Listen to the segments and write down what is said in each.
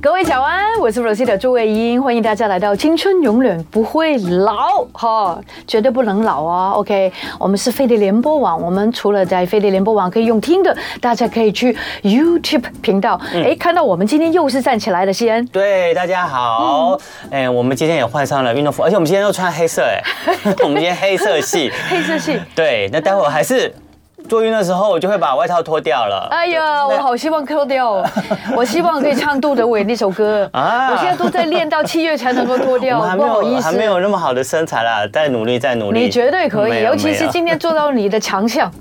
各位早安，我是 Rosita 朱卫英，欢迎大家来到《青春永远不会老》哈、绝对不能老哦。OK，我们是飞碟联播网，我们除了在飞碟联播网可以用听的，大家可以去 YouTube 频道。嗯哎、看到我们今天又是站起来的西安，对，大家好。嗯哎、我们今天也换上了运动服，而且我们今天都穿黑色， 哎，我们今天黑色系。黑色系。 对，那待会儿还是做运动的时候，我就会把外套脱掉了。哎呀，我好希望脱掉 哦，我希望可以唱杜德伟那首歌啊我现在都在练到七月才能够脱掉，我们还不没好意有还没思。有那么好的身材啦，再努力，再努力。嗯你绝对可没以，有尤其没是有 今天做到你的强项。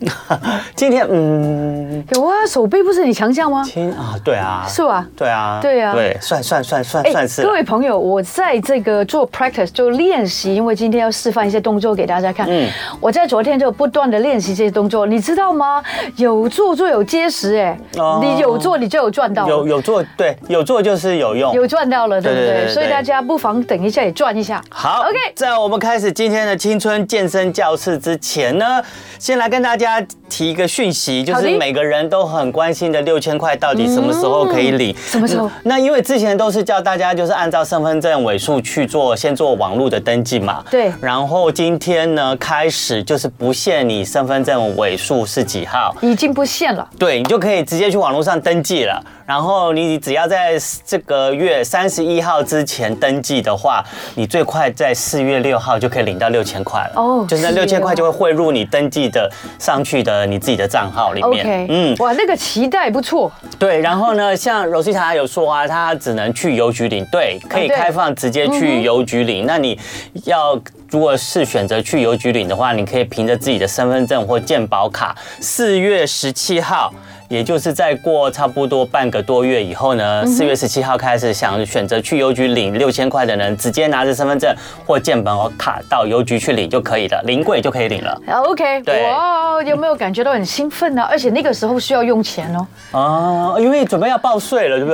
今天，嗯，有啊，手背不是你强项吗？天啊，对啊，是吧？对啊，对啊哎对，算算算算算是啦各位朋友，我在这个做 practice 就练习，因为今天要示范一些动作给大家看。嗯，我在昨天就不断的练习这些动作，你知道吗？有做就有结实，哎、哦你有做你就有赚到，有有做，对，有做就是有用。有赚到了，对不对？对对对对所以大家不妨等一下也转一下。好，OK，在我们开始今天的青春健身教室之前呢，先来跟大家提一个讯息，就好的是每个人都很关心的六千块到底什么时候可以领？什么时候嗯那因为之前都是叫大家就是按照身份证尾数去做，先做网络的登记嘛。对然后今天呢，开始就是不限你身份证尾数是几号，已经不限了。对你就可以直接去网络上登记了。然后你只要在这个月三十一号之前登记的话，你最快在四月六号就可以领到六千块了。哦就是那4月六6千块就会汇入你登记的上去的你自己的账号里面。 OK，嗯，哇，那个期待不错，对，然后呢，像 Rosita 有说啊，她只能去邮局领，对，可以对开放直接去邮局领。那你要如果是选择去邮局领的话，你可以凭着自己的身份证或健保卡，四月十七号。也就是在过差不多半个多月以后呢，四月十七号开始，想选择去邮局领六千块的人，直接拿着身份证或健保卡到邮局去领就可以了，临柜就可以领了。 OK，对哇，有没有感觉到很兴奋呢、而且那个时候需要用钱哦，哦，因为准备要报税了，对不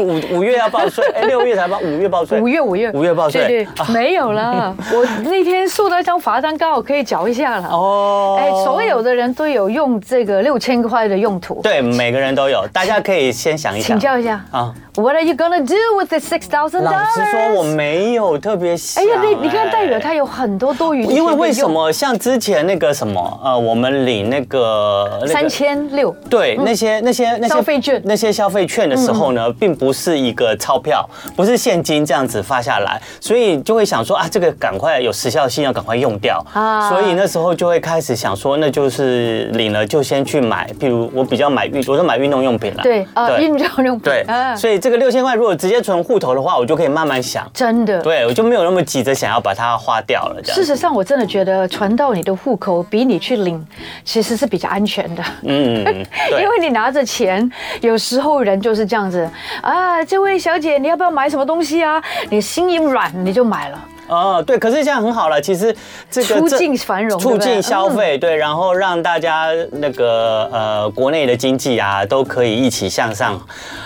对？五五月要报税，哎，六月才报，五月报税，五月五月五月报税，啊对对，没有 啦，我那天收到一张罚单，刚好可以缴一下了。哦，哎，所有的人都有用这个六千块的用途。对每个人都有，大家可以先想一想。请教一下啊， ，What are you gonna do with the six thousand 老 dollars？实说，我没有特别想。哎呀，你你看戴远他有很多多余的钱可以因用，为为什么像之前那个什么呃，我们领那个那个三千六？对，那些那些那些嗯消费券嗯那些消费券的时候呢，并不是一个钞票，不是现金这样子发下来，所以就会想说啊，这个赶快有时效性，要赶快用掉啊所以那时候就会开始想说，那就是领了就先去买，譬如我比较买运，我都买运动用品了，对，呃，运动用品。啊对啊，所以这个六千块如果直接存户头的话，我就可以慢慢想，真的。对我就没有那么急着想要把它花掉了，这样事实上，我真的觉得传到你的户口比你去领其实是比较安全的。嗯，嗯嗯对 因为你拿着钱，有时候人就是这样子啊。这位小姐，你要不要买什么东西啊？你心一软，你就买了。哦，对，可是这样很好了。其实这个促这进繁荣对嗯促不对进消费，对，然后让大家那个呃国内的经济啊都可以一起向上，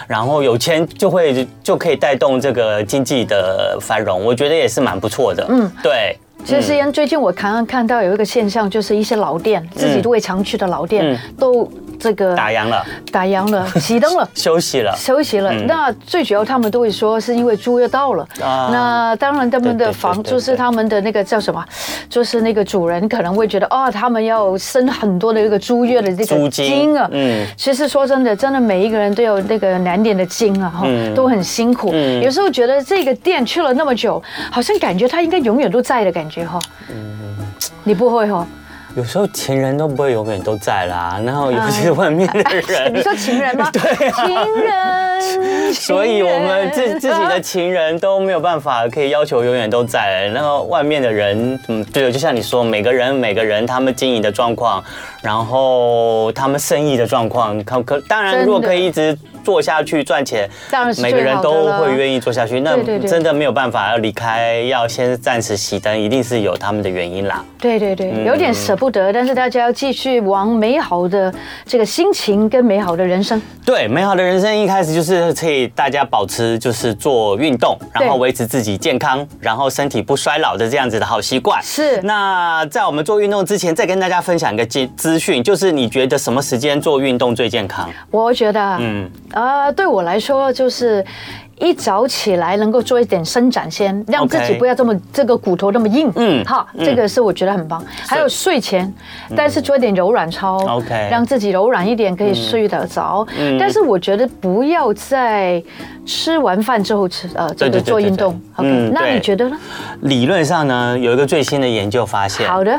然后有钱就会就可以带动这个经济的繁荣，我觉得也是蛮不错的。嗯，对，其实，因最近我常常看到有一个现象，就是一些老店，自己都会常去的老店，都这个嗯打烊了，打烊 了，熄灯了。休息了。休息了，嗯那最主要他们都会说是因为猪又到了。啊那当然，他们对的对房对对就是对他们的那个叫什么，就是那个主人可能会觉得哦，他们要生很多的一个猪月的这个租金金啊。嗯嗯，其实说真的，真的每一个人都有那个难点的经啊，哈、嗯都很辛苦。有时候觉得这个店去了那么久，好像感觉它应该永远都在的感觉哈。你不会哈？有时候情人都不会永远都在啦，然哎后尤其是外面 的人，你说情人吗？ 对啊情人。 所以我们自情人自己的情人都没有办法可以要求永远都在，然后外面的人，嗯，对，就像你说，每个人每个人他们经营的状况，然后他们生意的状况，可可当然真的如果可以一直做下去赚钱，当然是每个人最好都的了会愿意做下去。那对对对真的没有办法要离开，要先暂时熄灯，一定是有他们的原因啦。啊对对对，嗯有点舍不得，但是大家要继续往美好的这个心情跟美好的人生。对，美好的人生一开始就是可以大家保持就是做运动，然后维持自己健康，然后身体不衰老的这样子的好习惯。是那在我们做运动之前，再跟大家分享一个资资讯，就是你觉得什么时间做运动最健康？我觉得，嗯，呃，对我来说就是。一早起来能够做一点伸展先，让自己 OK 不要这么这个骨头那么硬。嗯哈，嗯这个是我觉得很棒。还有睡前，但是做一点柔软操 OK 嗯让自己柔软一点，可以睡得着。但是我觉得不要在吃完饭之后吃，呃，这对个对对做运动。对对 OK，嗯那你对觉得呢？理论上呢，有一个最新的研究发现，好的，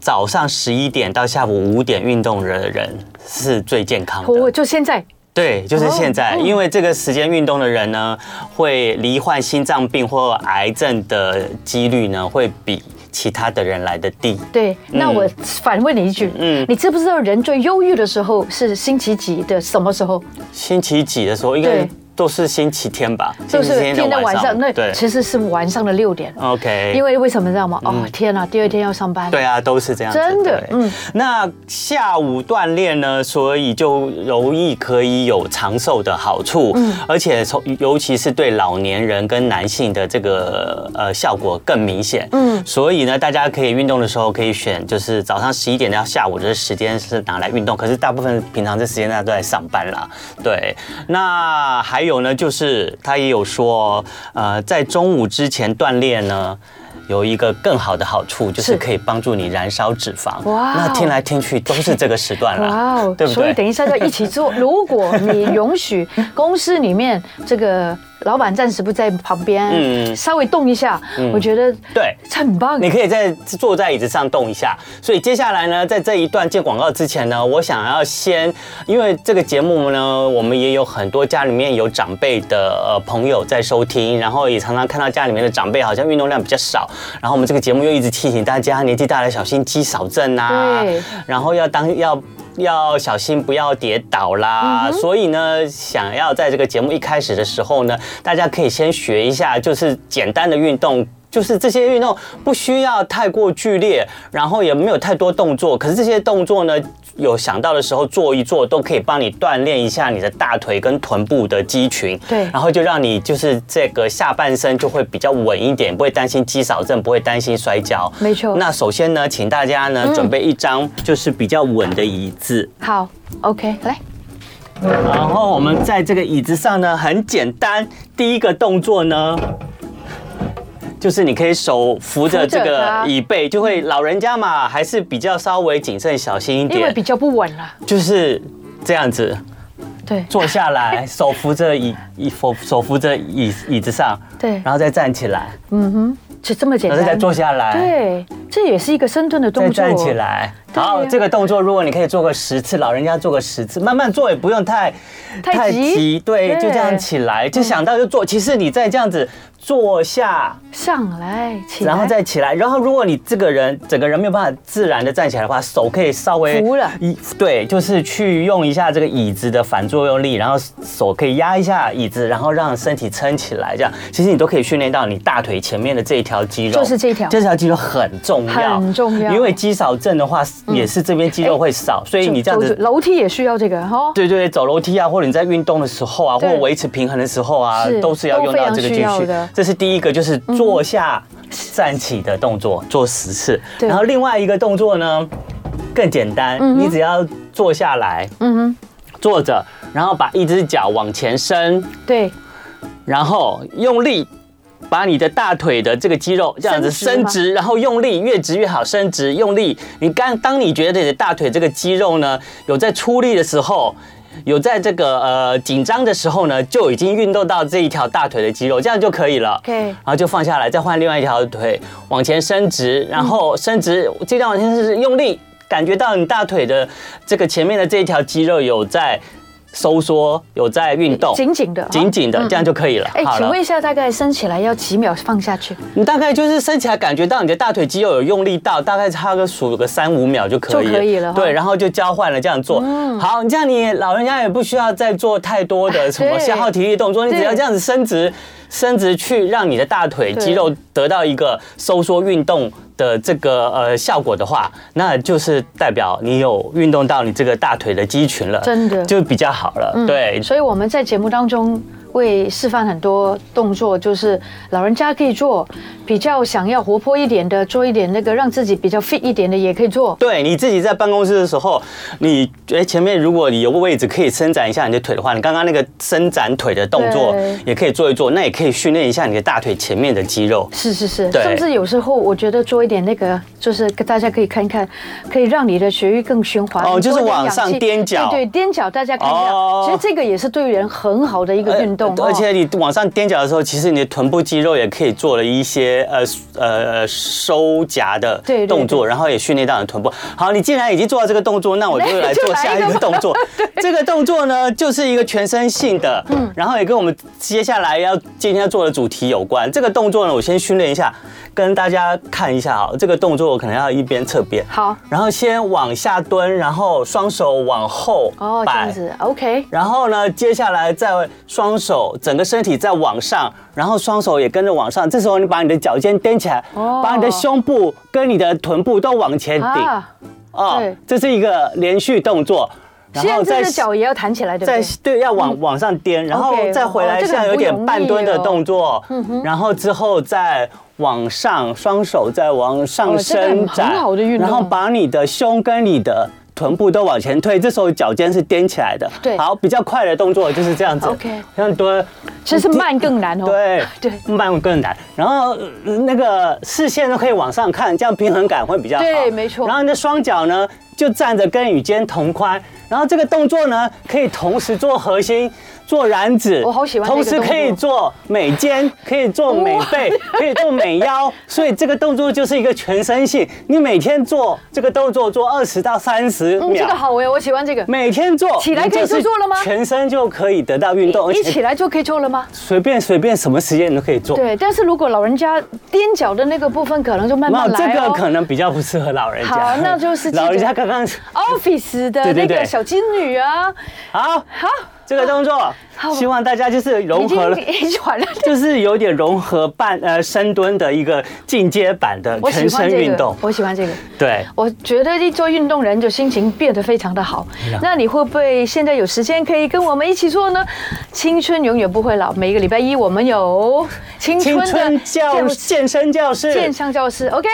早上十一点到下午五点运动的人是最健康的。我就现在对，就是现在，哦嗯因为这个时间运动的人呢，会罹患心脏病或癌症的几率呢，会比其他的人来的低。对，那嗯我反问你一句，嗯嗯，你知不知道人最忧郁的时候是星期几的什么时候？星期几的时候，应该对都是星期天吧？就星期是天天的到晚上，那对其实是晚上的六点， ，OK，因为为什么知道吗？哦，天哪，第二天要上班，嗯对，啊，都是这样子。真的对嗯。那下午锻炼呢，所以就容易可以有长寿的好处，而且从尤其是对老年人跟男性的这个呃效果更明显，嗯所以呢，大家可以运动的时候可以选，就是早上十一点到下午这时间是拿来运动，可是大部分平常这时间大家都在上班啦。对，那还有呢，就是他也有说，呃，在中午之前锻炼呢。有一个更好的好处，就是是可以帮助你燃烧脂肪。哇哦那听来听去都是这个时段啦，哇哦，对不对所以等一下要一起做。如果你允许公司里面这个老板暂时不在旁边，嗯稍微动一下，我觉得对这很棒。你可以在坐在椅子上动一下。所以接下来呢，在这一段接广告之前呢，我想要先，因为这个节目呢，我们也有很多家里面有长辈的呃朋友在收听，然后也常常看到家里面的长辈好像运动量比较少，然后我们这个节目又一直提醒大家，年纪大了小心肌少症啊对，然后要当要。要小心，不要跌倒啦。所以呢，想要在这个节目一开始的时候呢，大家可以先学一下，就是简单的运动。就是这些运动不需要太过剧烈，然后也没有太多动作。可是这些动作呢，有想到的时候做一做，都可以帮你锻炼一下你的大腿跟臀部的肌群。对然后就让你就是这个下半身就会比较稳一点，不会担心肌少症，不会担心摔跤。没错嗯那首先呢，请大家呢准备一张就是比较稳的椅子，好，OK，来，嗯然后我们在这个椅子上呢，很简单，第一个动作呢。就是你可以手扶着扶着这个它椅背，就会老人家嘛，还是比较稍微谨慎小心一因为点比，较不稳了，就是这样子对坐下来，手扶着椅椅手手扶着椅椅子上，对然后再站起来，就这么简然后再单。坐下来，对，这也是一个深蹲的动再作。站起来。对啊好，这个动作如果你可以做个十次，老人家做个十次，慢慢做也不用太太急对，对就这样起来，就想到就做。其实你再这样子坐下，上来，起来，然后再起来，然后如果你这个人整个人没有办法自然的站起来的话，手可以稍微扶了一对，就是去用一下这个椅子的反作用力，然后手可以压一下椅子，然后让身体撑起来，这样其实你都可以训练到你大腿前面的这一条肌肉，就是这一条这条肌肉很重要，很重要因为肌少症的话也是这边肌肉会少，所以你这样走子走楼梯也需要这个哈。对对，对走楼梯啊，或者你在运动的时候啊，对或维持平衡的时候啊是，都是要用到这都个非常肌需要群的。这是第一个，就是坐下、站起的动作，做十次。嗯对然后另外一个动作呢，更简单，你只要坐下来，嗯坐着，然后把一只脚往前伸，哼，对，然后用力。把你的大腿的这个肌肉这样子伸直伸吗直，然后用力，越直越好，伸直用力。你刚当你觉得你的大腿这个肌肉呢有在出力的时候，有在这个呃紧张的时候呢，就已经运动到这一条大腿的肌肉，这样就可以了。 OK 然后就放下来，再换另外一条腿往前伸直，然后伸直，尽量往前伸直，用力感觉到你大腿的这个前面的这一条肌肉有在。收缩，有在运动，紧紧的哈紧紧的，这样就可以了。哎，好请了问，一下，大概升起来要几秒放下去你大概就是升起来，感觉到你的大腿肌肉有用力到，大概差个数个三五秒就可以就可以了哈嗯对，然后就交换了这样做。好，你这样你老人家也不需要再做太多的什么对消耗体力动作，你只对要这样子伸直。伸直去让你的大腿对肌肉得到一个收缩运动的这个呃效果的话，那就是代表你有运动到你这个大腿的肌群了，真的嗯就比较好了。对，所以我们在节目当中会示范很多动作，就是老人家可以做，比较想要活泼一点的，做一点那个让自己比较 fit 一点的也可以做。对，你自己在办公室的时候，你哎前面如果你有个位置可以伸展一下你的腿的话，你刚刚那个伸展腿的动作对也可以做一做，那也可以训练一下你的大腿前面的肌肉。是是是，对甚至有时候我觉得做一点那个，就是大家可以看看，可以让你的血液更循环。哦就是多一点氧往上气哎踮脚对对，踮脚大家看一下，哦其实这个也是对人很好的一个呃运动。而哦且你往上踮脚的时候，其实你的臀部肌肉也可以做了一些呃呃呃收夹的对对动作，然后也训练到你的臀部。好，你既然已经做到这个动作，那我就就来做来下一一个个动 作。 这个动作呢，就是一个全身性的，嗯然后也跟我们接下来要今天要做的主题有关。这个动作呢，我先训练一下，跟大家看一下啊。这个动作我可能要一边侧边，好然后先往下蹲，然后双手往后哦，这摆样。子，OK，然后呢，接下来再双手整个身体再往上，然后双手也跟着往上。这时候你把你的脚尖踮起来，哦把你的胸部跟你的臀部都往前顶啊、啊，对这是一个连续动动作。然后现在再的脚也要弹起来，对不再对？对要往往上颠，然后 OK，再回哦来这个像很有不容点半蹲易的哦动作，然后之后再往上，双手再往上哦这个很伸展很好的运，动然后把你的胸跟你的。臀部都往前推，这时候脚尖是踮起来的。对好，比较快的动作就是这样子。 OK 这样蹲，嗯其实慢更难哦。对 对慢慢更难。然后呃那个视线都可以往上看，这样平衡感会比较好。对没错然后你的双脚呢，就站着跟与肩同宽，然后这个动作呢，可以同时做核心。做燃脂，我好喜欢这个同时可以动做美肩，可以做美背， 可以做美腰，所以这个动作就是一个全身性。你每天做这个动作，做二十到三十嗯，这秒个，好哎，我喜欢这个。每天做，起来你可以就是就做了吗全身就可以得到运动，而一且起来就可以做了吗？随便随便什么时间你都可以做。对，但是如果老人家踮脚的那个部分，可能就慢慢这来个哦。可能比较不适合老人家。好那就是记得老人家刚刚 office 的对那对个对小金女啊，好好，这个动作好，希望大家就是已融合了经。 已经完了。 就是有点融合半呃深蹲的一个进阶版的我喜全欢身这运个动，，我喜欢这个。对，我觉得一做运动人就心情变得非常的好。那你会不会现在有时间可以跟我们一起做呢？青春永远不会老，每个礼拜一我们有青春青的春教健身教室，健上教室，OK。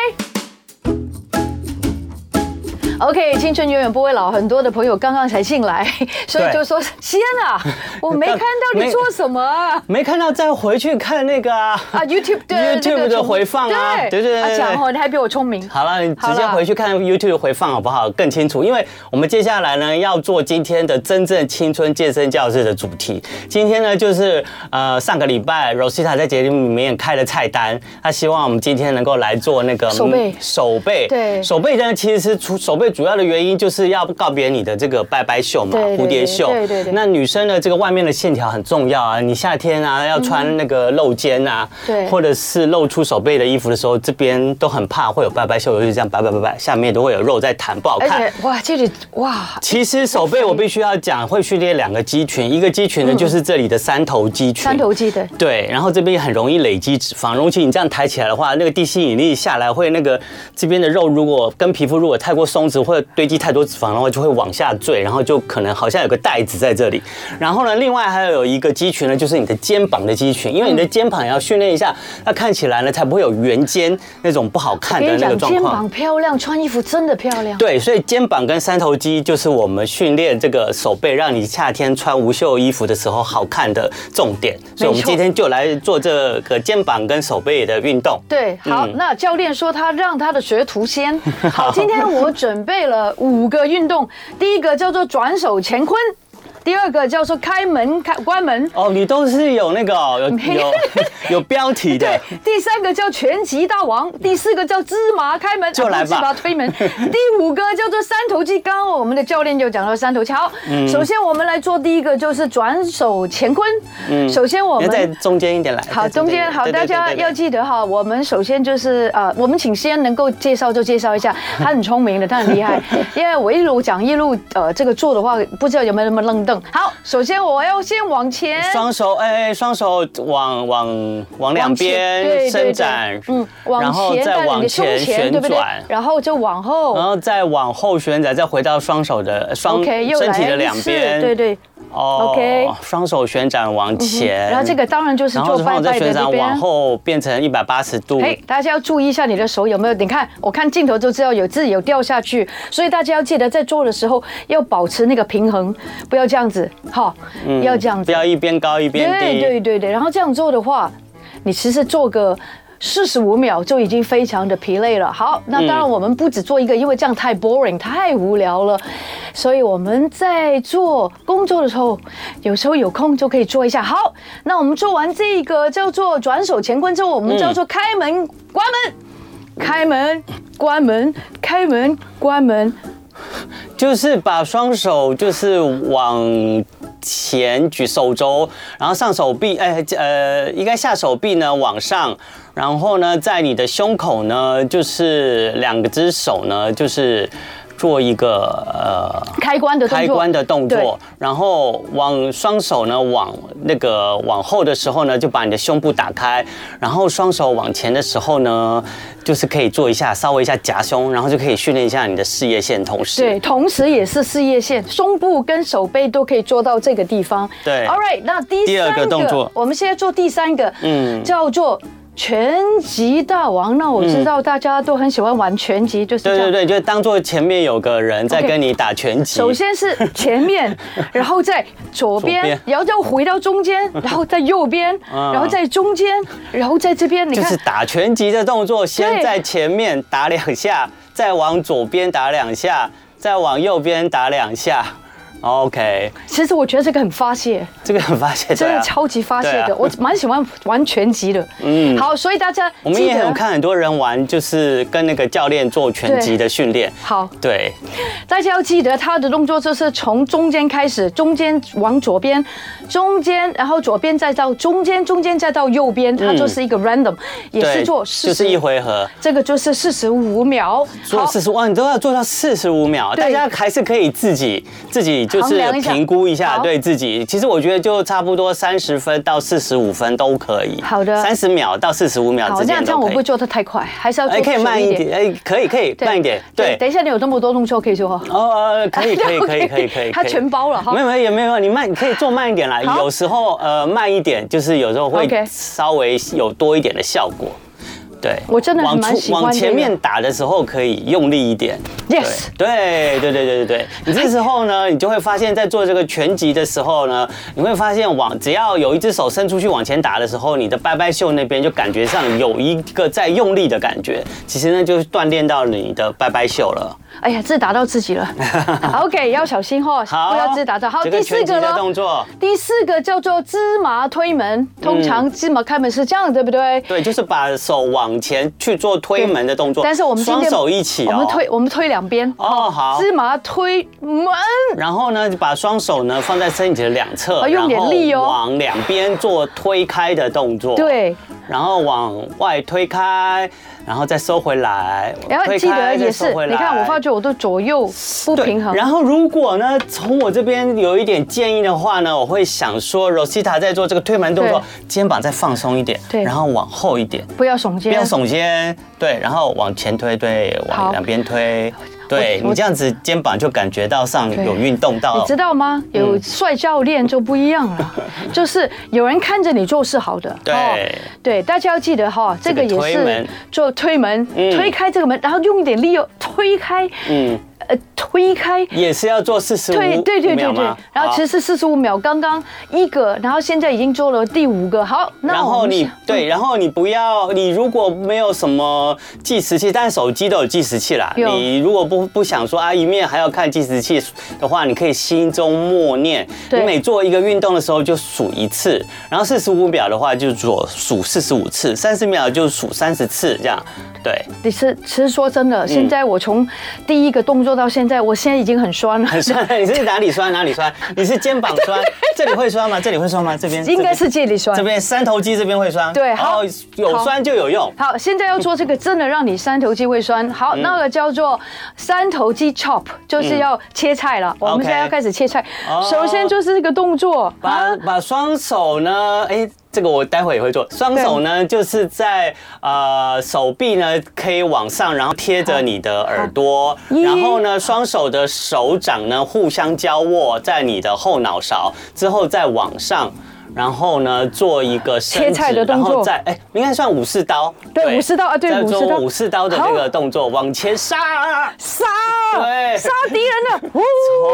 OK，青春永远不会老。很多的朋友刚刚才进来， 所以对就说：“天啊， 我没看到你没做什么啊没看到再回去看那个啊！”啊，YouTube 的 YouTube 那个的重回放啊对对对啊对讲哦，你还比我聪明。好了，你直好接啦回去看 YouTube 的回放好不好？更清楚，因为我们接下来呢要做今天的真正青春健身教室的主题。今天呢就是呃上个礼拜 Rosita 在节目里面开了菜单，她希望我们今天能够来做那个手背嗯手背，对手背呢其实是出手背主要的原因就是要告别你的这个拜拜袖嘛，对对蝴蝶对袖，对对对那女生的这个外面的线条很重要啊，你夏天啊要穿那个露肩啊，嗯对或者是露出手背的衣服的时候，这边都很怕会有拜拜袖，尤其这样摆摆摆摆，下面都会有肉在弹，不好而看且。哇，这里哇，其实手背我必须要讲，会训练两个肌群，一个肌群呢就是这里的三头肌群，三头肌的对，然后这边也很容易累积脂肪，尤其你这样抬起来的话，那个地心引力下来会那个这边的肉如果跟皮肤如果太过松弛，或者堆积太多脂肪的话，就会往下坠，然后就可能好像有个袋子在这里。 然后呢，另外还有一个肌群呢，就是你的肩膀的肌群，因为你的肩膀也要训练一下，那看起来呢才不会有圆肩那种不好看跟的你那个讲，状肩况膀。漂亮，穿衣服真的漂亮。对，所以肩膀跟三头肌就是我们训练这个手背，让你夏天穿无袖衣服的时候好看的重点。所以我没们错今天就来做这个肩膀跟手背的运动。对，好，嗯那教练说他让他的学徒 先。好，今天我准备了五个运动，第一个叫做转手乾坤，第二个叫做开门开关门，哦，你都是有那个哦、有没有有有标题的对，，第三个叫拳击大王，第四个叫芝麻开门，就啊来吧不芝麻推 门。第五个叫做三头肌，刚刚我们的教练就讲到三头肌。好，嗯首先我们来做第一个，就是转手乾坤。嗯首先我你要在们。中间一点来。好，在中间好，对对大对家对对要记得哈。我们首先就是呃，我们请先能够介绍就介绍一 下，他很聪明的，他很厉害。因为我一路讲一路呃，这个做的话，不知道有没有那么愣瞪。好，首先我要先往前，双手哎，哎双手往往往两往前对边对伸对展，嗯，然往后前，再但你往的胸前前，旋对不对转？，嗯然后就往然后。后再往后旋转，再回到双手的双 OK，又来身体的一两次边，对对。哦 OK 嗯双手旋转往前，然后这个当然就是然做后拜双手再拜旋的这转往边。后变成一百八十度，嘿，大家要注意一下你的手有没有？你看，我看镜头就知道有字有掉下去，所以大家要记得在做的时候要保持那个平衡，不要这样子，哈，要这样不子。要一边高一边低，对对对对，然后这样做的话，你其实做个。四十五秒就已经非常的疲累了。好，那当嗯然我们不只做一个，因为这样太 boring 太无聊了，所以我们在做工作的时候，有时候有空就可以做一下。好，那我们做完这个叫做转手乾坤之后，我嗯们叫做开门关门，开门关门，开门关门，就是把双手就是往前举手肘，然后上手臂，哎呃，应该下手臂呢往上，然后呢在你的胸口呢，就是两个只手呢就是做一个呃。开关的动作，开关的动对作，然后往双手呢往那个往后的时候呢，就把你的胸部打开，然后双手往前的时候呢，就是可以做一下稍微一下夹胸，然后就可以训练一下你的事业线，同时对，同时也是事业线，胸部跟手背都可以做到这个地方。对，All right，那第第三二个动作我们现在做第三个，嗯，嗯叫做拳击大王。那我知道大家都很喜欢玩拳击，就是这对样。嗯对对，就当做前面有个人在 OK 跟你打拳击。首先是前面，然后在左左边边，然后又回到中间，然后在右边，嗯然后在中间，然后在这边。你就看是，打拳击的动作，先在前面打两下，再往左边打两下，再往右边打两下。OK，其实我觉得这个很发泄。这个很发泄，真对的啊超级发泄对啊的，我蛮喜欢玩拳击的。嗯，好，所以大家我们也记得有看很多人玩，就是跟那个教练做拳击的训练。好，对，大家要记得，他的动作就是从中间开始，中间往左边，中间，然后左边再到中间，中间再到右边，它就是一个 random，、也嗯对，是做40就是一，回合，这个就是四十五秒。做四十哇，你都要做到四十五秒，对大家还是可以自己自己就衡是量一下评估一下好对自己。其实我觉得就差不多三十分到四十五分都可以，好的三十秒到四十五秒好，之这样间这样都我可不会以。做的太快，还是要做哎，可以慢久一点，哎，可以可以慢一点，对。等一下你有那么多动作可以做，哦，呃 可以可以可以可以可以，他全包了哈没有没有也没有，你慢，你可以做慢一点啦。好有时候呃慢一点，就是有时候会 OK 稍微有多一点的效果。对，我真的往蛮出喜欢往这前个面打的时候可以用力一点。 ，yes。对对对对对对，你这时候 呢，你就会发现，在做这个拳击的时候呢，你会发现往只要有一只手伸出去往前打的时候，你的拜拜袖那边就感觉上有一个在用力的感觉，其实呢就是锻炼到你的拜拜袖了。哎呀，自打到自 己了。OK，要小心哦，好，不要自打到。好，这个第四拳击个的了。动作，第四个叫做芝麻推门，通常嗯芝麻开门是这样，对不对？对，就是把手往前去做推门的动作，但是我们今双天手一起、哦，我们推我们推两边哦好芝麻推门，然后呢，把双手呢放在身体的两侧，哦用点力哦然后往两边做推开的动作，，对，然后往外推开，然后再收回来，然后推记得开也再收是回，来你看我发觉我都左右不对平衡，然后如果呢，从我这边有一点建议的话呢，我会想说，Rosita 在做这个推门动作，肩膀再放松一点，对然后往后一点，不要耸肩，不要耸肩，对，然后往前推，对，好往两边推，对我你这样子肩膀就感觉到上对有运动你到嗯知，道吗？有帅教练就不一样 了，就是有人看着你做是好的。哦对对，大家要记得哈，这个这个也推是门做推门，嗯推开这个门，然后用一点力哦，推开。嗯，呃推开。也是要做四十五对对对对秒对吗？，然后好其实四十五秒刚刚一个，然后现在已经做了第五个，好，那然我后们嗯你下对，然后你不要，你如果没有什么计时器，但手机都有计时器啦。有你如果不不想说啊，一面还要看计时器的话，你可以心中默念，你对每做一个运动的时候就数一次，然后四十五秒的话就数数四十五次，三十秒就数三十次，这样对，你是，其实说真嗯的，现在我从第一个动作到现在，我现在已经很酸了，很酸。你 是哪里酸哪里酸？你是肩膀酸，这里会酸吗？这里会酸吗？这边 应该这边是这里酸这。边三头肌这边会酸，对然好后有好酸就有用。好，现在要做这个，真的让你三头肌会酸。好，嗯那个叫做三头肌 chop，就是要切菜了。我们 OK 现在要开始切菜哦，首先就是这个动作把啊，把双手呢，哎、这个我待会也会做。双手呢，就是在呃手臂呢可以往上，然后贴着你的耳朵，一然后呢，双手的手掌呢互相交握在你的后脑勺，之后再往上。然后呢，做一个伸直切菜的动作然后再哎，应该算武士刀。对武士刀啊对再武士做刀哦武士刀的这个动作，往前杀，杀对杀敌人了，呜，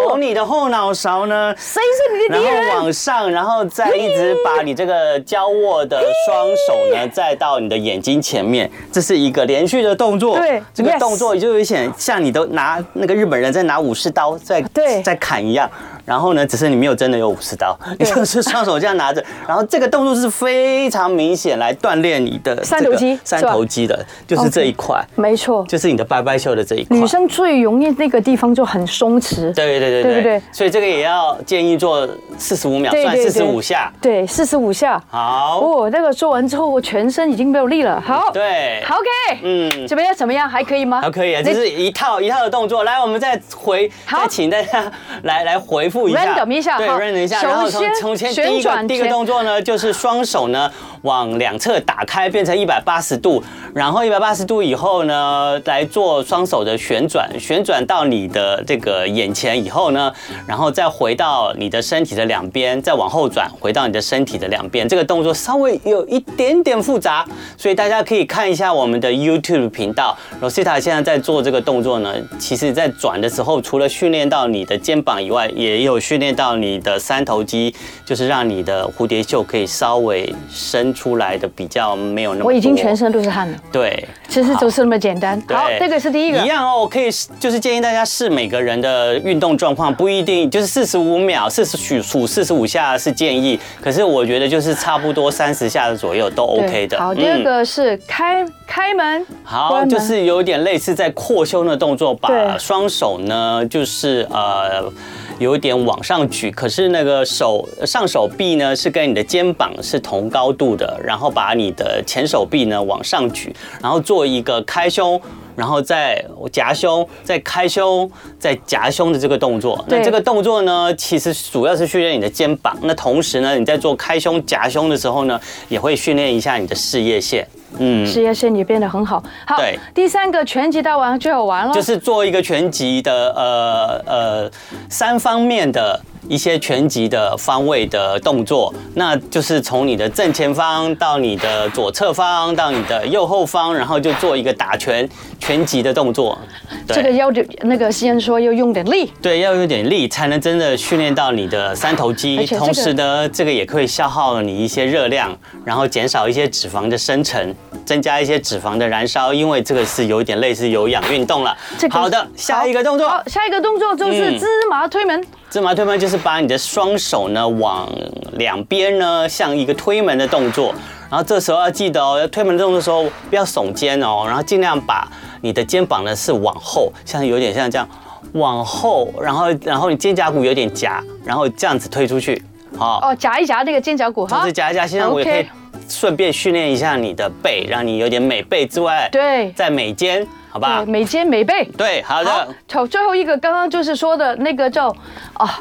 从你的后脑勺呢谁是你的 然敌后人？往上，然后再一直把你这个交握的双 手呢，再到你的眼睛前面，这是一个连续的动作。对这个 yes 动作就有点像你都拿那个日本人在拿武士刀在对在砍一样。然后呢，只是你没有真的有武士刀，你对就是双手这样拿着。然后这个动作是非常明显来锻炼你的三这个头肌三是吧头肌的，就是这一块，没错，就是你的拜拜袖的这一块。女生最容易那个地方就很松弛。对对对对不对所以这个也要建议做四十五秒，对算对四十对五下。对，四十五下。好，哦，那个做完之后，我全身已经没有力了。好，对好，OK，嗯嗯，怎么样？怎么样？还可以吗？还可以啊，那这是一套一套的动作。来，我们再回，好再请大家来来回复一下 Random 一下对好，random 一下。首然后从先从前旋第一个转第一个前动作呢，就是双手呢往两侧打开，变成一百八十度，然后一百八十度以后呢，来做双手的旋转，旋转到你的这个眼前以后呢，然后再回到你的身体的两边，再往后转，回到你的身体的两边。这个动作稍微有一点点复杂，所以大家可以看一下我们的 YouTube 频道。Rosita 现在在做这个动作呢，其实在转的时候，除了训练到你的肩膀以外，也有训练到你的三头肌，就是让你的蝴蝶袖可以稍微伸出来的比较没有那么我已经多全身都是汗了，对。其实就是那么简单。对好，这个是第一个一。样哦，可以就是建议大家视每个人的运动状况，不一定就是四十五秒，四十数数四十五下是建议，可是我觉得就是差不多三十下左右都对 OK 的。好，嗯第二个是开开门，好，关门就是有点类似在扩胸的动作，把对双手呢，就是呃，有一点往上举，可是那个手上手臂呢是跟你的肩膀是同高度的，然后把你的前手臂呢往上举，然后做呃一个开胸。然后再夹胸，再开胸，再夹胸的这个动作。那对这个动作呢，其实主要是训练你的肩膀。那同时呢，你在做开胸、夹胸的时候呢，也会训练一下你的事业线。嗯，事业线也变得很好。好对，第三个拳击大王最好玩了就。是做一个拳击的呃呃三方面的一些拳击的方位的动作，那就是从你的正前方到你的左侧方到你的右后方，然后就做一个打拳拳击的动作。对这个要点那个先说要用点力，对，要有点力才能真的训练到你的三头肌，而且这个同时呢，这个也可以消耗你一些热量，然后减少一些脂肪的生成，增加一些脂肪的燃烧，因为这个是有点类似有氧运动了。这个好的，下一个动作好，。下一个动作就是嗯芝麻推门，芝麻推门就是把你的双手呢往两边呢，像一个推门的动作。然后这时候要记得哦，推门的动作的时候不要耸肩哦，然后尽量把你的肩膀呢是往后，像有点像这样往后，然后然后你肩胛骨有点夹，然后这样子推出去，好、哦，夹一夹那个肩胛骨同哈时。夹一夹肩胛骨也可以 OK 顺便训练一下你的背，让你有点美背之外，对在美肩，好吧对，？每肩每背。对，好的。好，最后一个刚刚就是说的那个叫啊，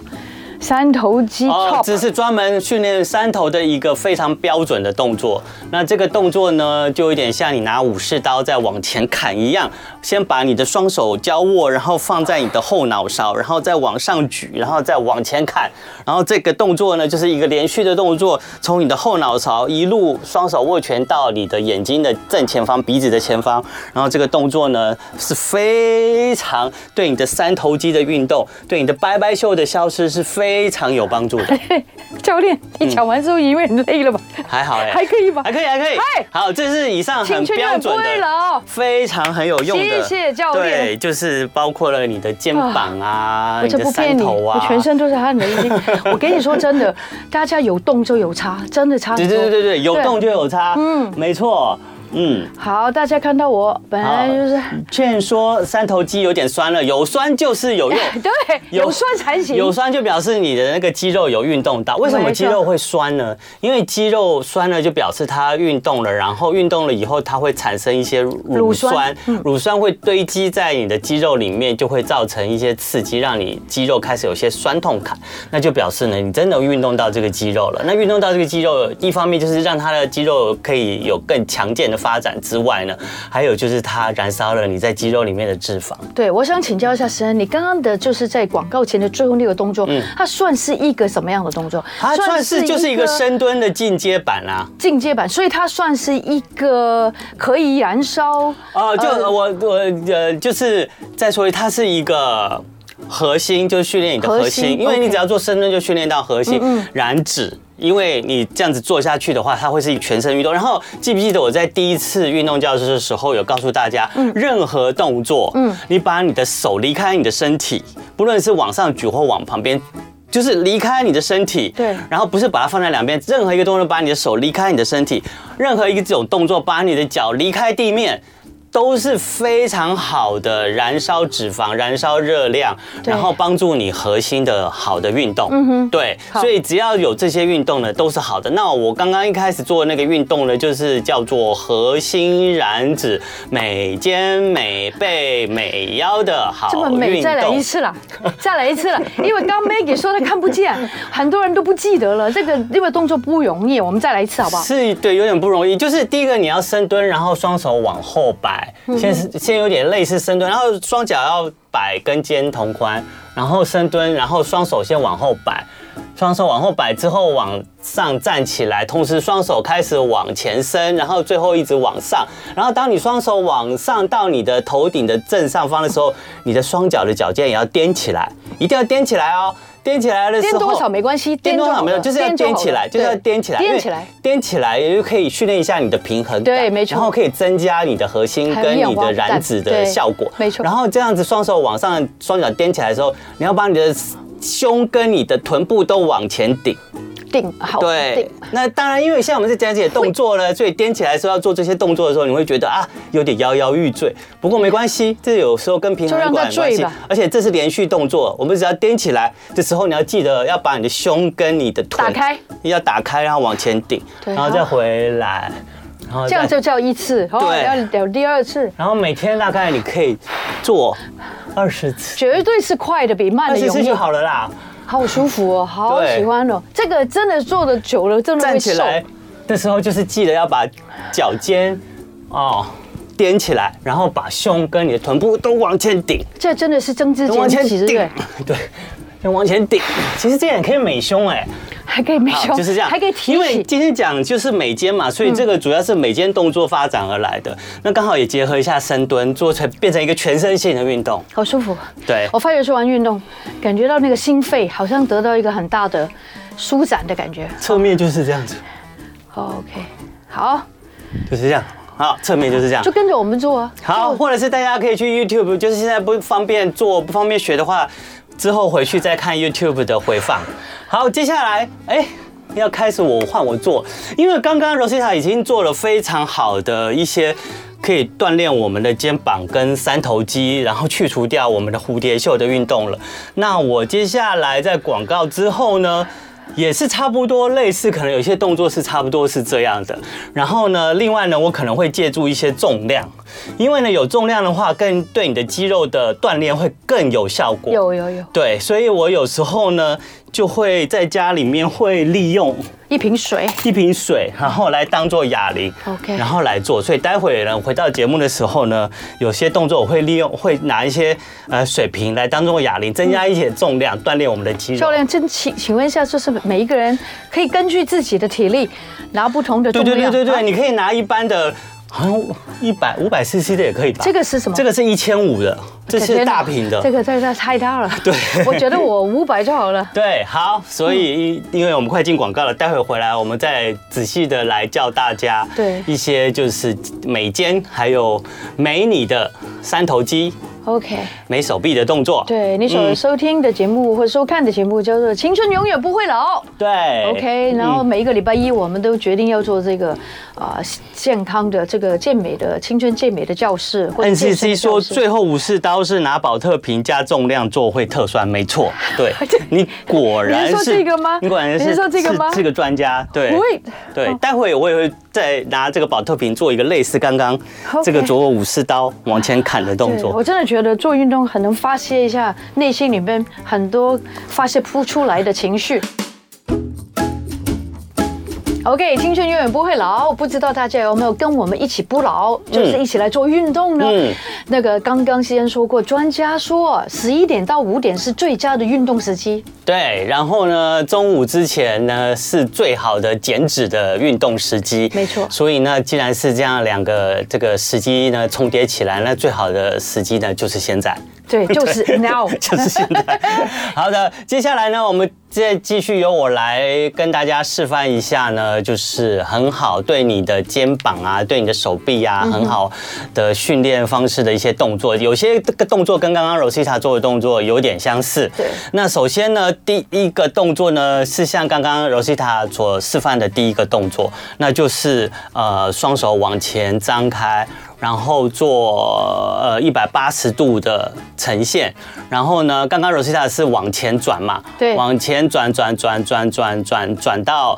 三头肌哦 chop，、，这是专门训练山头的一个非常标准的动作。那这个动作呢，就有点像你拿武士刀在往前砍一样，先把你的双手交握，然后放在你的后脑勺，然后再往上举，然后再往前砍。然后这个动作呢，就是一个连续的动作，从你的后脑勺一路双手握拳到你的眼睛的正前方、鼻子的前方。然后这个动作呢，是非常对你的三头肌的运动，对你的拜拜袖的消失是非常有帮助的。教嗯练，你讲完之后因为很累了吧？还好哎、还可以吧还可以，还可以嗨。好，这是以上 很青春标永不准会的，啊老。非常很有用的。谢谢教练对，就是包括了你的肩膀啊，我你这的不骗三你，头啊，我全。身都是汗的已 经。我跟你说真的，大家有动就有差，真的差很对多。对对对对，有对动就有差。嗯嗯，没错。嗯，好，大家看到我本来就是劝说三头肌有点酸了，有酸就是 有用。 对，有有酸才行。 有酸就表示你的那个肌肉有运动到。为什么没错肌肉会酸呢？因为肌肉酸了就表示它运动了，然后运动了以后它会产生一些乳乳酸嗯酸，乳酸会堆积在你的肌肉里面，就会造成一些刺激，让你肌肉开始有些酸痛感。那就表示呢，你真的运动到这个肌肉了。那运动到这个肌肉，一方面就是让它的肌肉可以有更强健的发展之外呢，还有就是它燃烧了你在肌肉里面的脂肪。对，我想请教一下生，你刚刚的就是在广告前的最后那个动作，它算是一个什么样的动作？嗯它算是就是一个深蹲的进阶版啊啦、进阶版，所以它算是一个可以燃烧。哦，就嗯我我呃，就是再说一，它是一个核心，就是训练你的核核心，心因为你 OK 嗯只要做深蹲就训练到核心，燃脂。因为你这样子做下去的话，它会是一个全身运动。然后记不记得我在第一次运动教室的时候有告诉大家，嗯任何动作，嗯，你把你的手离开你的身体，不论是往上举或往旁边，就是离开你的身体，对然后不是把它放在两边，任何一个动作把你的手离开你的身体，任何一个这种动作把你的脚离开地面。都是非常好的燃烧脂肪、燃烧热量，对然后帮助你核心的好的运动。嗯哼，对，好所以只要有这些运动呢，都是好的。那我刚刚一开始做的那个运动呢，就是叫做核心燃脂、美肩、美背、美腰的好这么运美，再来动一。次啦，再来一次啦！因为刚 Maggie 说她看不见，很多人都不记得了。这个因为动作不容易，我们再来一次好不好？是，对，有点不容易。就是第一个，你要深蹲，然后双手往后摆，嗯先是先有点类似深蹲，然后双脚要摆跟肩同宽，然后深蹲，然后双手先往后摆，双手往后摆之后往上站起来，同时双手开始往前伸，然后最后一直往上。然后当你双手往上到你的头顶的正上方的时候，你的双脚的脚尖也要踮起来，一定要踮起来哦。踮起来的时颠候，多少没关系，颠就多好少了啊没有，就是要好颠了起来，就是要对颠起来，颠起来。，颠起来也就可以训练一下你的平衡感，对没错然后可以增加你的核心还有跟眼你的光燃感脂的对效果，没错然后这样子双手往上，双脚踮起来的时候，你要把你的胸跟你的臀部都往前顶。定好，对定，那当然，因为像我们在讲解动作呢，所以踮起来的时候要做这些动作的时候，你会觉得啊，有点摇摇欲坠。不过没关系，这有时候跟平就衡让它管有关坠系吧，而且这是连续动作。我们只要踮起来的时候，你要记得要把你的胸跟你的臀打开，要打开，然后往前顶，对然后再回来，然后这样再。就叫一次，哦，对要有第二次，然后每天大概你可以做二十次，绝对是快的，比慢二的十容次易就。好了啦。好舒服哦，好对喜欢哦，这个真的做的久了，真的站会起瘦。来的时候，就是记得要把脚尖哦踮起来，然后把胸跟你的臀部都往前顶，这真的是增肌都往减前脂，对不顶对？， 对。就往前顶，其实这样也可以美胸哎、还可以没好胸，就是这样，还可以提因为起。今天讲就是美肩嘛，所以这个主要是美肩动作发展而来的。那刚好也结合一下深蹲，做成变成一个全身性的运动。好舒服，对我发觉做完运动，感觉到那个心肺好像得到一个很大的舒展的感觉。侧面就是这样子， OK，好，就是这样。好，侧面就是这样就。跟着我们做啊。好，做，或者是大家可以去 YouTube，就是现在不方便做、不方便学的话，之后回去再看 YouTube 的回放。好，接下来，哎、要开始我换我做，因为刚刚 Rosita 已经做了非常好的一些。可以锻炼我们的肩膀跟三头肌，然后去除掉我们的蝴蝶袖的运动了。那我接下来在广告之后呢，也是差不多类似，可能有些动作是差不多是这样的。然后呢，另外呢，我可能会借助一些重量，因为呢有重量的话，更对你的肌肉的锻炼会更有效果。有有有，对，所以我有时候呢，就会在家里面会利用一瓶水。一瓶水，然后来当做哑铃 OK 然后来做。所以待会呢，回到节目的时候呢，有些动作我会利用，会拿一些呃水瓶来当做哑铃，增加一些重量，锻炼我们的肌肉教。练，真请请问一下，就是每一个人可以根据自己的体力拿不同的对重对量。对对对，啊你可以拿一般的，好像一百五百 CC 的也可以吧？这个是什么这个是一千五的，这是大瓶的这。个这个太大了。对，我觉得我五百就好了。对，好，所以因为我们快进广告了，待会回来我们再仔细的来教大家对一些就是美肩还有美你的三头肌、 OK，美手臂的动作。对你所嗯收听的节目或者收看的节目叫做《青春永远不会老》。对 OK，然后每一个礼拜一我们都决定要做这个啊、健康的这个健美的青春健美的教室或者健身 NCC 的嗯说教室最后武士刀是拿保特瓶加重量做会特酸，没 错，对你果然你是说是这个吗你果然你是是说这个吗哦是这个专家，对喂对，待会我也会再拿这个保特瓶做一个类似刚刚 OK 这个左右武士刀往前砍的动对我作。真的觉得做运动很能发泄一下内心里面很多发泄不出来的情绪。OK，青春永远不会老，不知道大家有没有跟我们一起不老，就是一起来做运动呢？嗯那个刚刚先说过，专家说十一点到五点是最佳的运动时机。对，然后呢，中午之前呢是最好的减脂的运动时机，没错所以呢，既然是这样两个这个时机呢重叠起来，那最好的时机呢就是现在。对， 就是 now。就是现在。好的，接下来呢，我们再继续由我来跟大家示范一下呢，就是很好对你的肩膀啊，对你的手臂啊，嗯很好的训练方式的一些动作。有些这个动作跟刚刚 Rosita 做的动作有点相似。对那首先呢，第一个动作呢是像刚刚 Rosita 所示范的第一个动作，那就是呃双手往前张开，然后做呃一百八十度的呈现。然后呢，刚刚 Rosita 是往前转嘛，对往前转转转转转转转到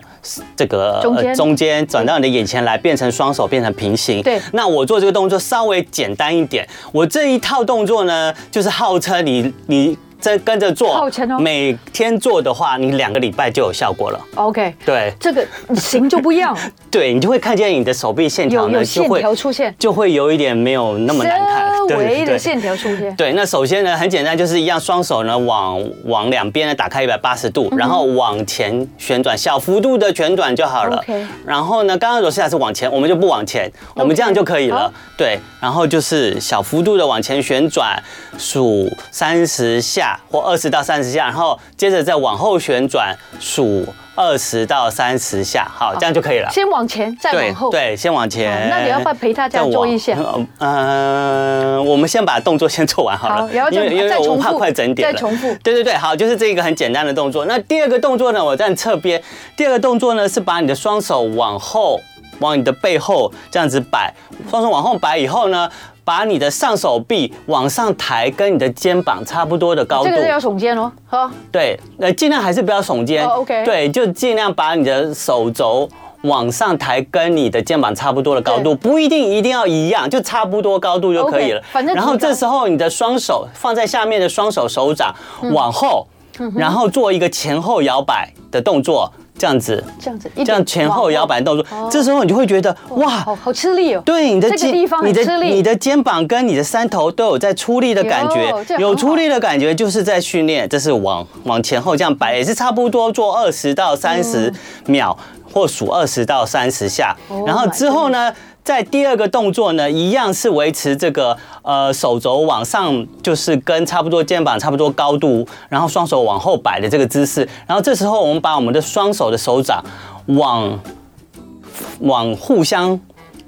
这个呃中间中间转到你的眼前来，变成双手变成平行。对那我做这个动作稍微简单一点，我这一套动作呢，就是号称你你。这跟着做，号称哦每天做的话，你两个礼拜就有效果了。 OK，对这个型就不一 样，对，你就会看见你的手臂线条有呢，有就线会条出现，就会有一点没有那么难看，稍对对微的对线条出现。对，那首先呢，很简单，就是一样，双手呢往往两边呢打开一百八十嗯度，然后往前旋转，小幅度的旋转就好了。 OK 然后呢，刚刚罗西亚是往前，我们就不往前，我们这样就可以了好。对，然后就是小幅度的往前旋转，数三十下或二十到三十下，然后接着再往后旋转，数二十到三十下，好，这样就可以了。先往前，再对往后。对，先往前。那你要不要陪大家再往做一下？嗯，我们先把动作先做完好了。好然后再因为因为再我重怕复快整点了。再重复对对对，好，就是这个很简单的动作。那第二个动作呢，我在侧边。第二个动作呢是把你的双手往后，往你的背后这样子摆，双手往后摆以后呢。把你的上手臂往上抬，跟你的肩膀差不多的高度。这个要耸肩哦，好，对，呃，尽量还是不要耸肩。哦，OK 对，就尽量把你的手肘往上抬，跟你的肩膀差不多的高度，不一定一定要一样，就差不多高度就可以了。 OK，反正然后这时候你的双手放在下面的双手手掌往后，嗯然后做一个前后摇摆的动作，这样子，这样子，一这样点前后摇摆的动作，哦这时候你就会觉得往后，哇，哇。好好吃力哦。对你的这个肩地方你很的吃力，你的肩膀跟你的三头都有在出力的感觉有这，很有出好力的感觉就是在训练，这是往往前后这样摆，也是差不多做二十到三十秒，或数二十到三十下嗯 Oh，然后 my 之后呢？在第二个动作呢，一样是维持这个呃手肘往上，就是跟差不多肩膀差不多高度，然后双手往后摆的这个姿势。然后这时候我们把我们的双手的手掌往往互相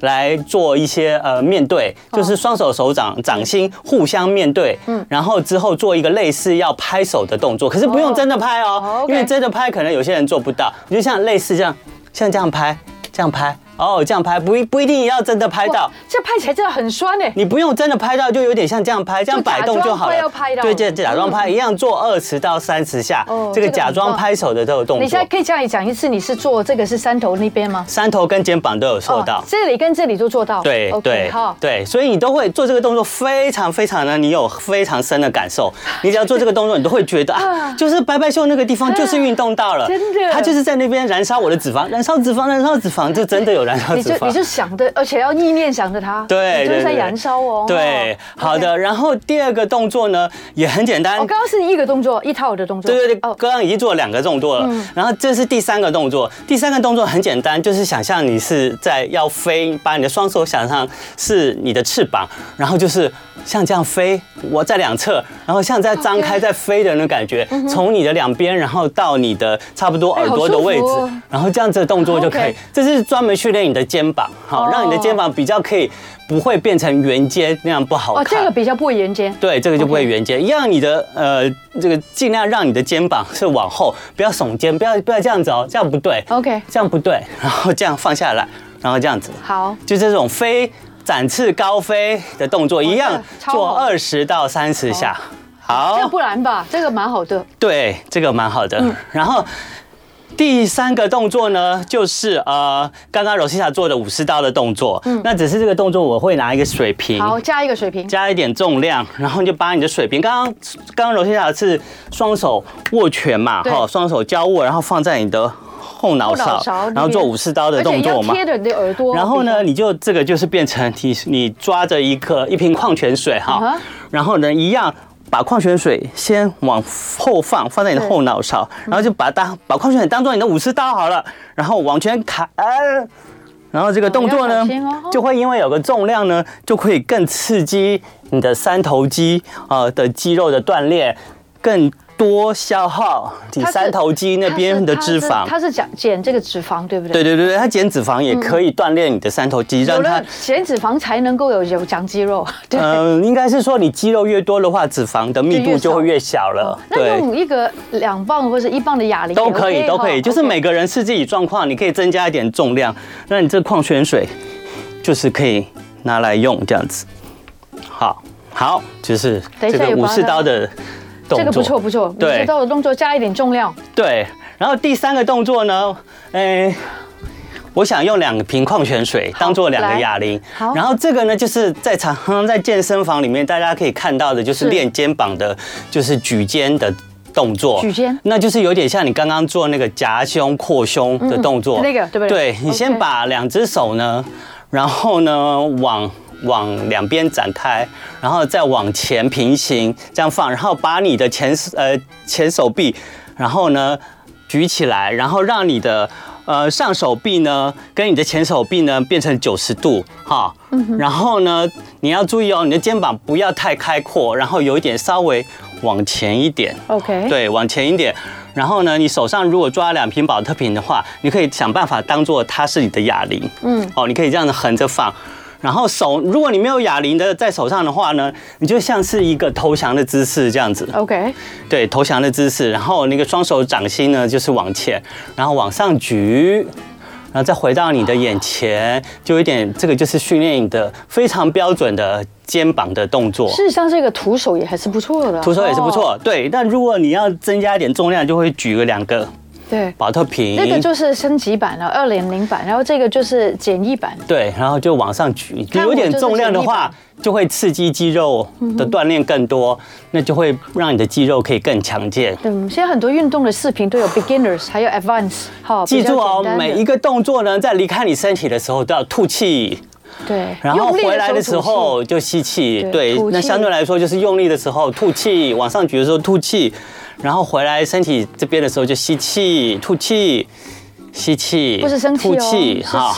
来做一些呃面对，哦就是双手手掌掌心互相面对，嗯，然后之后做一个类似要拍手的动作，可是不用哦真的拍哦，哦，OK 因为真的拍可能有些人做不到，你就像类似这样，像这样拍，这样拍，哦，这样拍不一不一定要真的拍哇到，这拍起来真的很酸呢。你不用真的拍到，就有点像这样拍，这样就假摆动就装好快了要拍。到对，这假装拍一样做二十到三十下哦，这个这个假很装棒拍手的这个动你现在作，可以这样讲一次，你是做这个是山头那边吗？山头跟肩膀都有受到哦。这里跟这里都做到。对哦 OK，对好。对，所以你都会做这个动作，非常非常的，你有非常深的感 受。你只要做这个动作，你都会觉得啊，就是白白秀那个地方就是运动到了，嗯真的它就是在那边燃烧我的脂肪，燃烧脂肪，燃烧脂肪，就真的有燃烧你脂就肪你。就想着，而且要意念想着它，对，你就对是在对燃烧哦。对哦，好。的。然后第二个动作呢，也很简单我，哦刚刚是一个动作，一套的动作。对对对，哦，嗯刚刚已经做了两个动作了，然后这是第三个动作。第三个动作很简单，就是想象你是在要飞，把你的双手想象是你的翅膀，然后就是像这样飞，我在两侧，然后像在张开 OK 在飞的那种感觉，从你的两边，然后到你的差不多嗯哎耳朵的好舒服位置，哦然后这样子的动作就可以 OK。这是专门训练你的肩膀，好，哦让你的肩膀比较可以不会变成圆肩那样不好哦，看。这个比较不沿肩。对，这个就不会 OK 圆肩一样你的呃，这个尽量让你的肩膀是往后，不要耸肩，不要不要这样子哦，这样不对 OK，这样不对，然后这样放下来，然后这样子，好。就这种飞展翅高飞的动作一样这个，超做好哦二十到三十下。这好，不然吧，这个蛮好的。对，这个蛮好的。嗯然后第三个动作呢，就是呃，刚刚柔西塔做的武士刀的动作，那只是这个动作我会拿一个水瓶，嗯好，加一个水平。加一点重量，嗯然后你就把你的水瓶，刚刚刚刚柔西塔是双手握拳嘛，对哈，双手交握，然后放在你的后脑后勺脑勺，然后做武士刀的而且动要作嘛。贴着你的耳朵。哦然后比呢，较？你就这个就是变成你你抓着一个一瓶矿泉水哈嗯哼然后呢一样把矿泉水先往后放，放在你的对后脑勺，嗯然后就把它当把矿泉水当做你的武士刀好了，然后往前砍。 然后这个动作要呢小心哦，就会因为有个重量呢，就可以更刺激你的三头肌呃的肌肉的锻炼，更多消耗你它是三头肌那边的脂它肪。是它是它是讲减这个脂肪，对不对？对对对对，它减脂肪也可以锻炼你的三头肌，有让它了减脂肪才能够有有长肌肉。 对。 嗯，应该是说你肌肉越多的话，脂肪的密度就会越小哦了。那用一个两磅或者一磅的哑铃也都可以， OK 都可以，哈就是 OK 每个人是自己状况，你可以增加一点重量。那你这矿泉水就是可以拿来用这样子。好，好，就是等一这下个有武帮士他刀的动作。这个不错不错，你对知道的动作加一点重量，对，然后第三个动作呢，诶，我想用两瓶矿泉水当做两个哑铃来好。然后这个呢，就是在常常在健身房里面大家可以看到的，就是是练肩膀的，就是举肩的。动作举肩那就是有点像你刚刚做那个夹胸扩胸的动作，嗯那个对不对对你先 OK 把两只手呢，然后呢往往两边展开，然后再往前平行这样放，然后把你的前呃前手臂，然后呢举起来，然后让你的呃上手臂呢跟你的前手臂呢变成九十度哈，嗯然后呢你要注意哦，你的肩膀不要太开阔，然后有一点稍微往前一点， OK，，对，往前一点。然后呢，你手上如果抓两瓶保特瓶的话，你可以想办法当做它是你的哑铃。嗯，哦，你可以这样子横着放。然后手，如果你没有哑铃的在手上的话呢，你就像是一个投降的姿势这样子。 OK，对，投降的姿势。然后那个双手掌心呢，就是往前，然后往上举。然后再回到你的眼前，就有点这个就是训练你的非常标准的肩膀的动作。事实上这个徒手也还是不错的，徒手也是不哦，错，对。但如果你要增加一点重量，就会举个两个对，保特瓶，那个就是升级版了，二点零版，然后这个就是简易版，对，然后就往上举，看有我点就是嗯重量的举例话吧，就会刺激肌肉的锻炼更多，那就会让你的肌肉可以更强健。嗯，现在很多运动的视频都有 beginners，还有 advanced，好，记住哦比较简单，的每一个动作呢，在离开你身体的时候都要吐气，对，然后用力回来的时吐气，候就吸气。对对吐，气那相对来说就是用力的时候吐气，往上举的时候吐气，然后回来身体这边的时候就吸气、吐气、吸气，不是生气哦吐气是 好。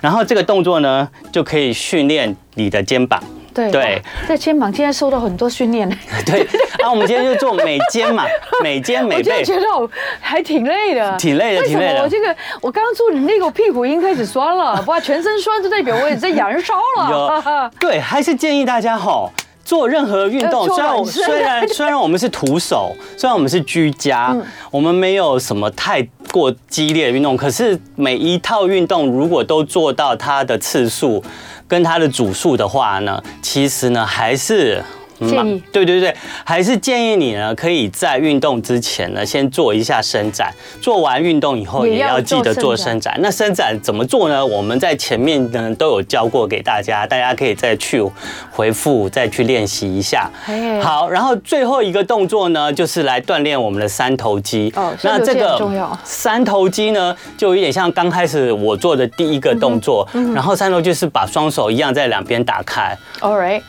然后这个动作呢，就可以训练你的肩膀。对对，哇这肩膀今天受到很多训练，对，那我们今天就做美肩嘛，美肩 美我真背的。觉得我还挺累的，挺累的为什挺累的么我这个我刚刚做你那个，我屁股已经开始酸了，哇，全身酸就代表我也在燃烧有了。 对，还是建议大家吼。做任何运动，呃要做暖身 虽然我嗯虽然虽然我们是徒手，虽然我们是居家，我们没有什么太过激烈的运动，可是每一套运动如果都做到它的次数跟它的组数的话呢，其实呢还是。嗯建议对对对，还是建议你呢，可以在运动之前呢，先做一下伸展。做完运动以后，也也要要记得做做伸伸展。那伸展怎么做呢？我们在前面呢都有教过给大家，大家可以再去回复，再去练习一下。哎好，然后最后一个动作呢，就是来锻炼我们的三头肌。哦三那头肌这很个重要三头肌呢，就有点像刚开始我做的第一个动作。嗯然后三头肌是把双手一样在两边打开， ，All right，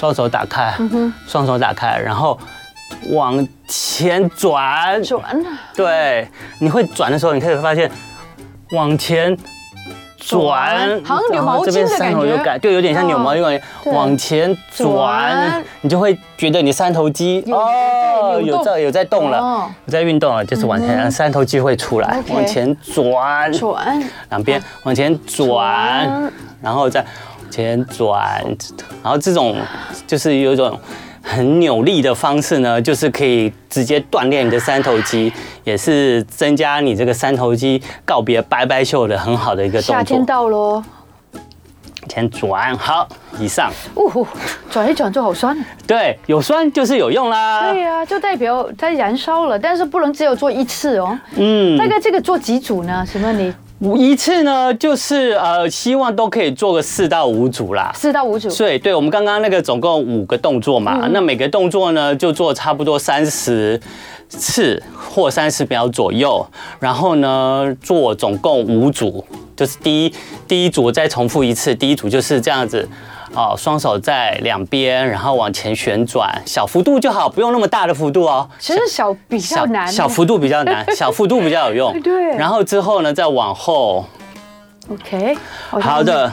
双手打开，嗯哼双手打开，然后往前转。转对，你会转的时候，你开始发现往前转，好像扭然后毛这边巾的三感头就觉感，对，有点像扭毛巾感觉，对往前转转，你就会觉得你三头肌有在扭有动在有在动了哦，嗯有在运动了，就是往前三头肌会出来， OK 往前转，转，两边往前转转，然后再往前转，然后这种就是有一种很扭力的方式呢，就是可以直接锻炼你的三头肌，也是增加你这个三头肌告别拜拜袖的很好的一个夏动作天。到喽，往前转，好，以上呜呼，转一转就好酸。对有酸就是有用啦对。呀、就代表它燃烧了，但是不能只有做一次哦。嗯大概这个做几组呢？请问你一次呢，就是呃，希望都可以做个四到五组啦。四到五 组？对，对我们刚刚那个总共五个动作嗯嘛，那每个动作呢就做差不多三十次或三十秒左右，然后呢做总共五组，就是第一第一组再重复一次，第一组就是这样子。哦，双手在两边，然后往前旋转，小幅度就好，不用那么大的幅度哦。其实小比较小难，小幅度比较 难，小幅度比较有用。对然后之后呢，再往后 OK，像好的，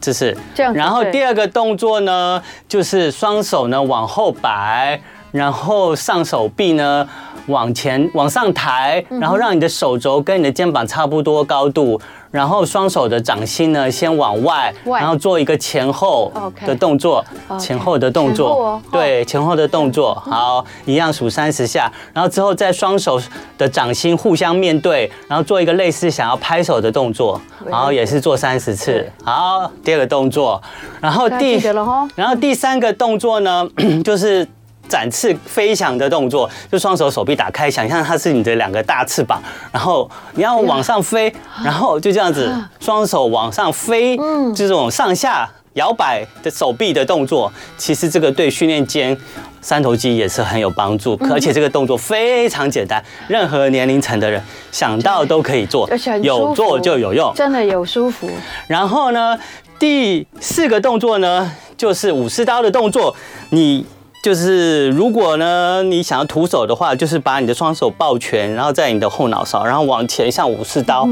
这是这样子然后对第二个动作呢，就是双手呢往后摆，然后上手臂呢往前往上抬，嗯然后让你的手肘跟你的肩膀差不多高度。然后双手的掌心呢，先往外，外然后做一个前后 OK 的动作 OK 前后的动前后作哦，对，前后的动作，嗯好，一样数三十下，然后之后再双手的掌心互相面对，然后做一个类似想要拍手的动作， Very 然后也是做三十次对。好，第二个动作，然后大家第记得了哦然后第三个动作呢， 就是。展翅飞翔的动作，就双手手臂打开，想象它是你的两个大翅膀，然后你要往上飞，然后就这样子，双手往上飞，啊嗯这种上下摇摆的手臂的动作，其实这个对训练肩三头肌也是很有帮助，嗯而且这个动作非常简单，任何年龄层的人想到都可以做而且很，舒有服做就有用。真的有舒服。然后呢，第四个动作呢，就是武士刀的动作。你就是如果呢，你想要徒手的话，就是把你的双手抱拳，然后在你的后脑勺，然后往前像武士刀、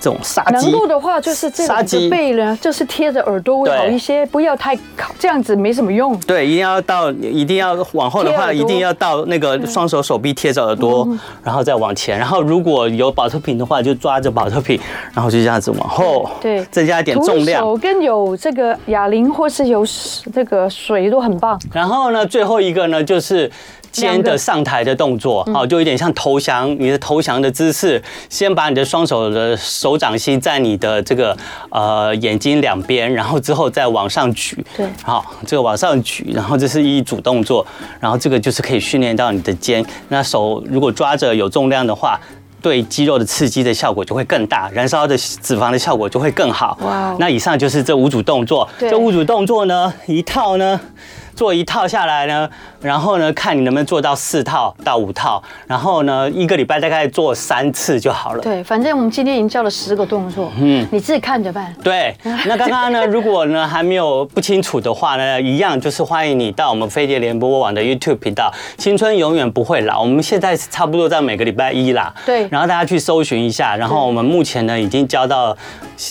这种杀嗯能鸡。够的话，就是这杀两鸡个背呢，就是贴着耳朵会对好一些，不要太靠，这样子没什么用。对，一定要到，一定要往后的贴耳话，朵一定要到那个双手手臂贴着耳朵，嗯然后再往前。然后如果有保特瓶的话，就抓着保特瓶，然后就这样子往后，对增加一点重量。徒手跟有这个哑铃或是有这个水都很棒。然后呢，最后一个呢就是肩的上抬的动作，嗯好、就有点像投降，你的投降的姿势，先把你的双手的手掌心在你的这个呃眼睛两边，然后之后再往上举，对好，这个往上举，然后这是一组动作，然后这个就是可以训练到你的肩，那手如果抓着有重量的话。对肌肉的刺激的效果就会更大，燃烧的脂肪的效果就会更好。哇哦那以上就是这五组动作。对这五组动作呢，一套呢，做一套下来呢，然后呢，看你能不能做到四套到五套，然后呢，一个礼拜大概做三次就好了。对，反正我们今天已经教了十个动作，嗯嗯，你自己看着办。对，那刚刚呢， 如果呢还没有不清楚的话呢，一样就是欢迎你到我们飞碟联播网的 YouTube 频道《青春永远不会老》，我们现在是差不多在每个礼拜一啦。对然后大家去搜寻一下，然后我们目前呢已经教到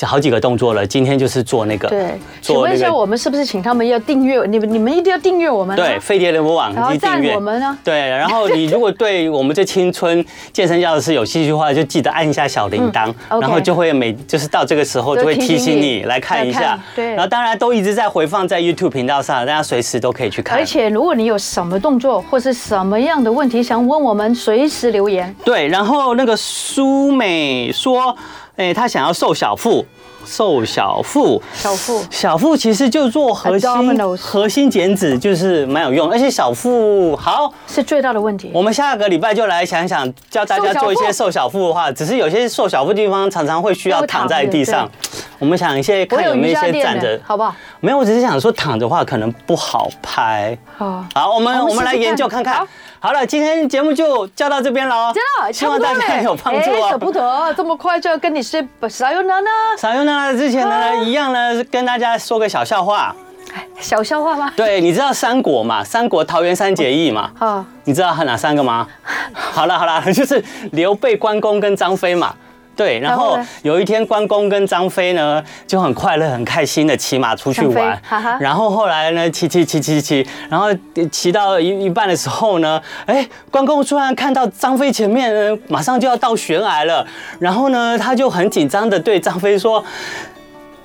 好几个动作了，今天就是做那个。对，请做问那一下，个我们是不是请他们要订阅？你们你们一定要订阅我们、啊。对，飞碟联播网然后及订阅赞我们呢对，然后你如果对我们这青春健身教室有兴趣的话，就记得按一下小铃铛，嗯，OK 然后就会每就是到这个时候就就会提提醒醒你你来看一来下看。对然后当然都一直在回放在 YouTube 频道上，大家随时都可以去看。而且如果你有什么动作或是什么样的问题想问我们，随时留言。对，然后那个苏美说，哎，她想要瘦小腹，瘦小腹，小腹小腹其实就做核心 Abdominals 核心减脂就是蛮有用，而且小腹好，是最大的问题。我们下个礼拜就来想想教大家做一些瘦小腹的话，只是有些瘦小腹地方常常会需要要躺躺在地上，我们想一些我看有有没瑜有一伽些垫站的着，，好不好？没有，我只是想说躺着的话可能不好拍。好，好，我们我们我试试们来研究看看看。好了，今天节目就教到这边喽真，的，希望大家有帮助哎，舍不哦。得这么快就要跟你说 sayonara 撒用娜之前啊呢，一样呢，跟大家说个小笑话。哎小笑话吗？对，你知道三国嘛？三国桃园三结义嘛？啊，你知道哪三个 吗？好了好了， 就是刘备、关公跟张飞嘛。对，然然后后呢有一天关公跟张飞呢就很快乐、很开心的骑马出去张玩飞哈哈，然后后来呢骑骑骑骑骑，然后骑到一一半的时候呢，哎，关公突然看到张飞前面呢马上就要到悬崖了，然后呢他就很紧张的对张飞说：“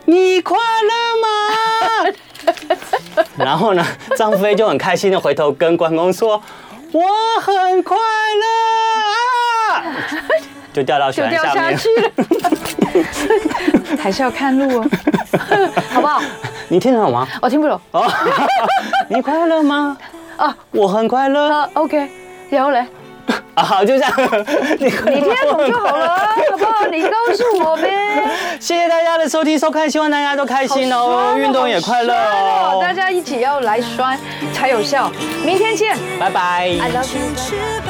你快乐吗？” 然后呢，张飞就很开心的回头跟关公说：“我很快乐啊！”就掉到就悬掉崖下下面。去了， 还是要看路哦， 好不好？你听得懂吗？我听不懂 哦，你快乐吗？啊我很快乐啊，OK，然后嘞，啊！好，就这样。 你你听得懂就好了，好不好？你告诉我呗。谢谢大家的收听收看，希望大家都开心好酸哦，运动也快乐好酸哦。大家一起要来酸才有效。明天见拜拜。 ，I love you。翅膀。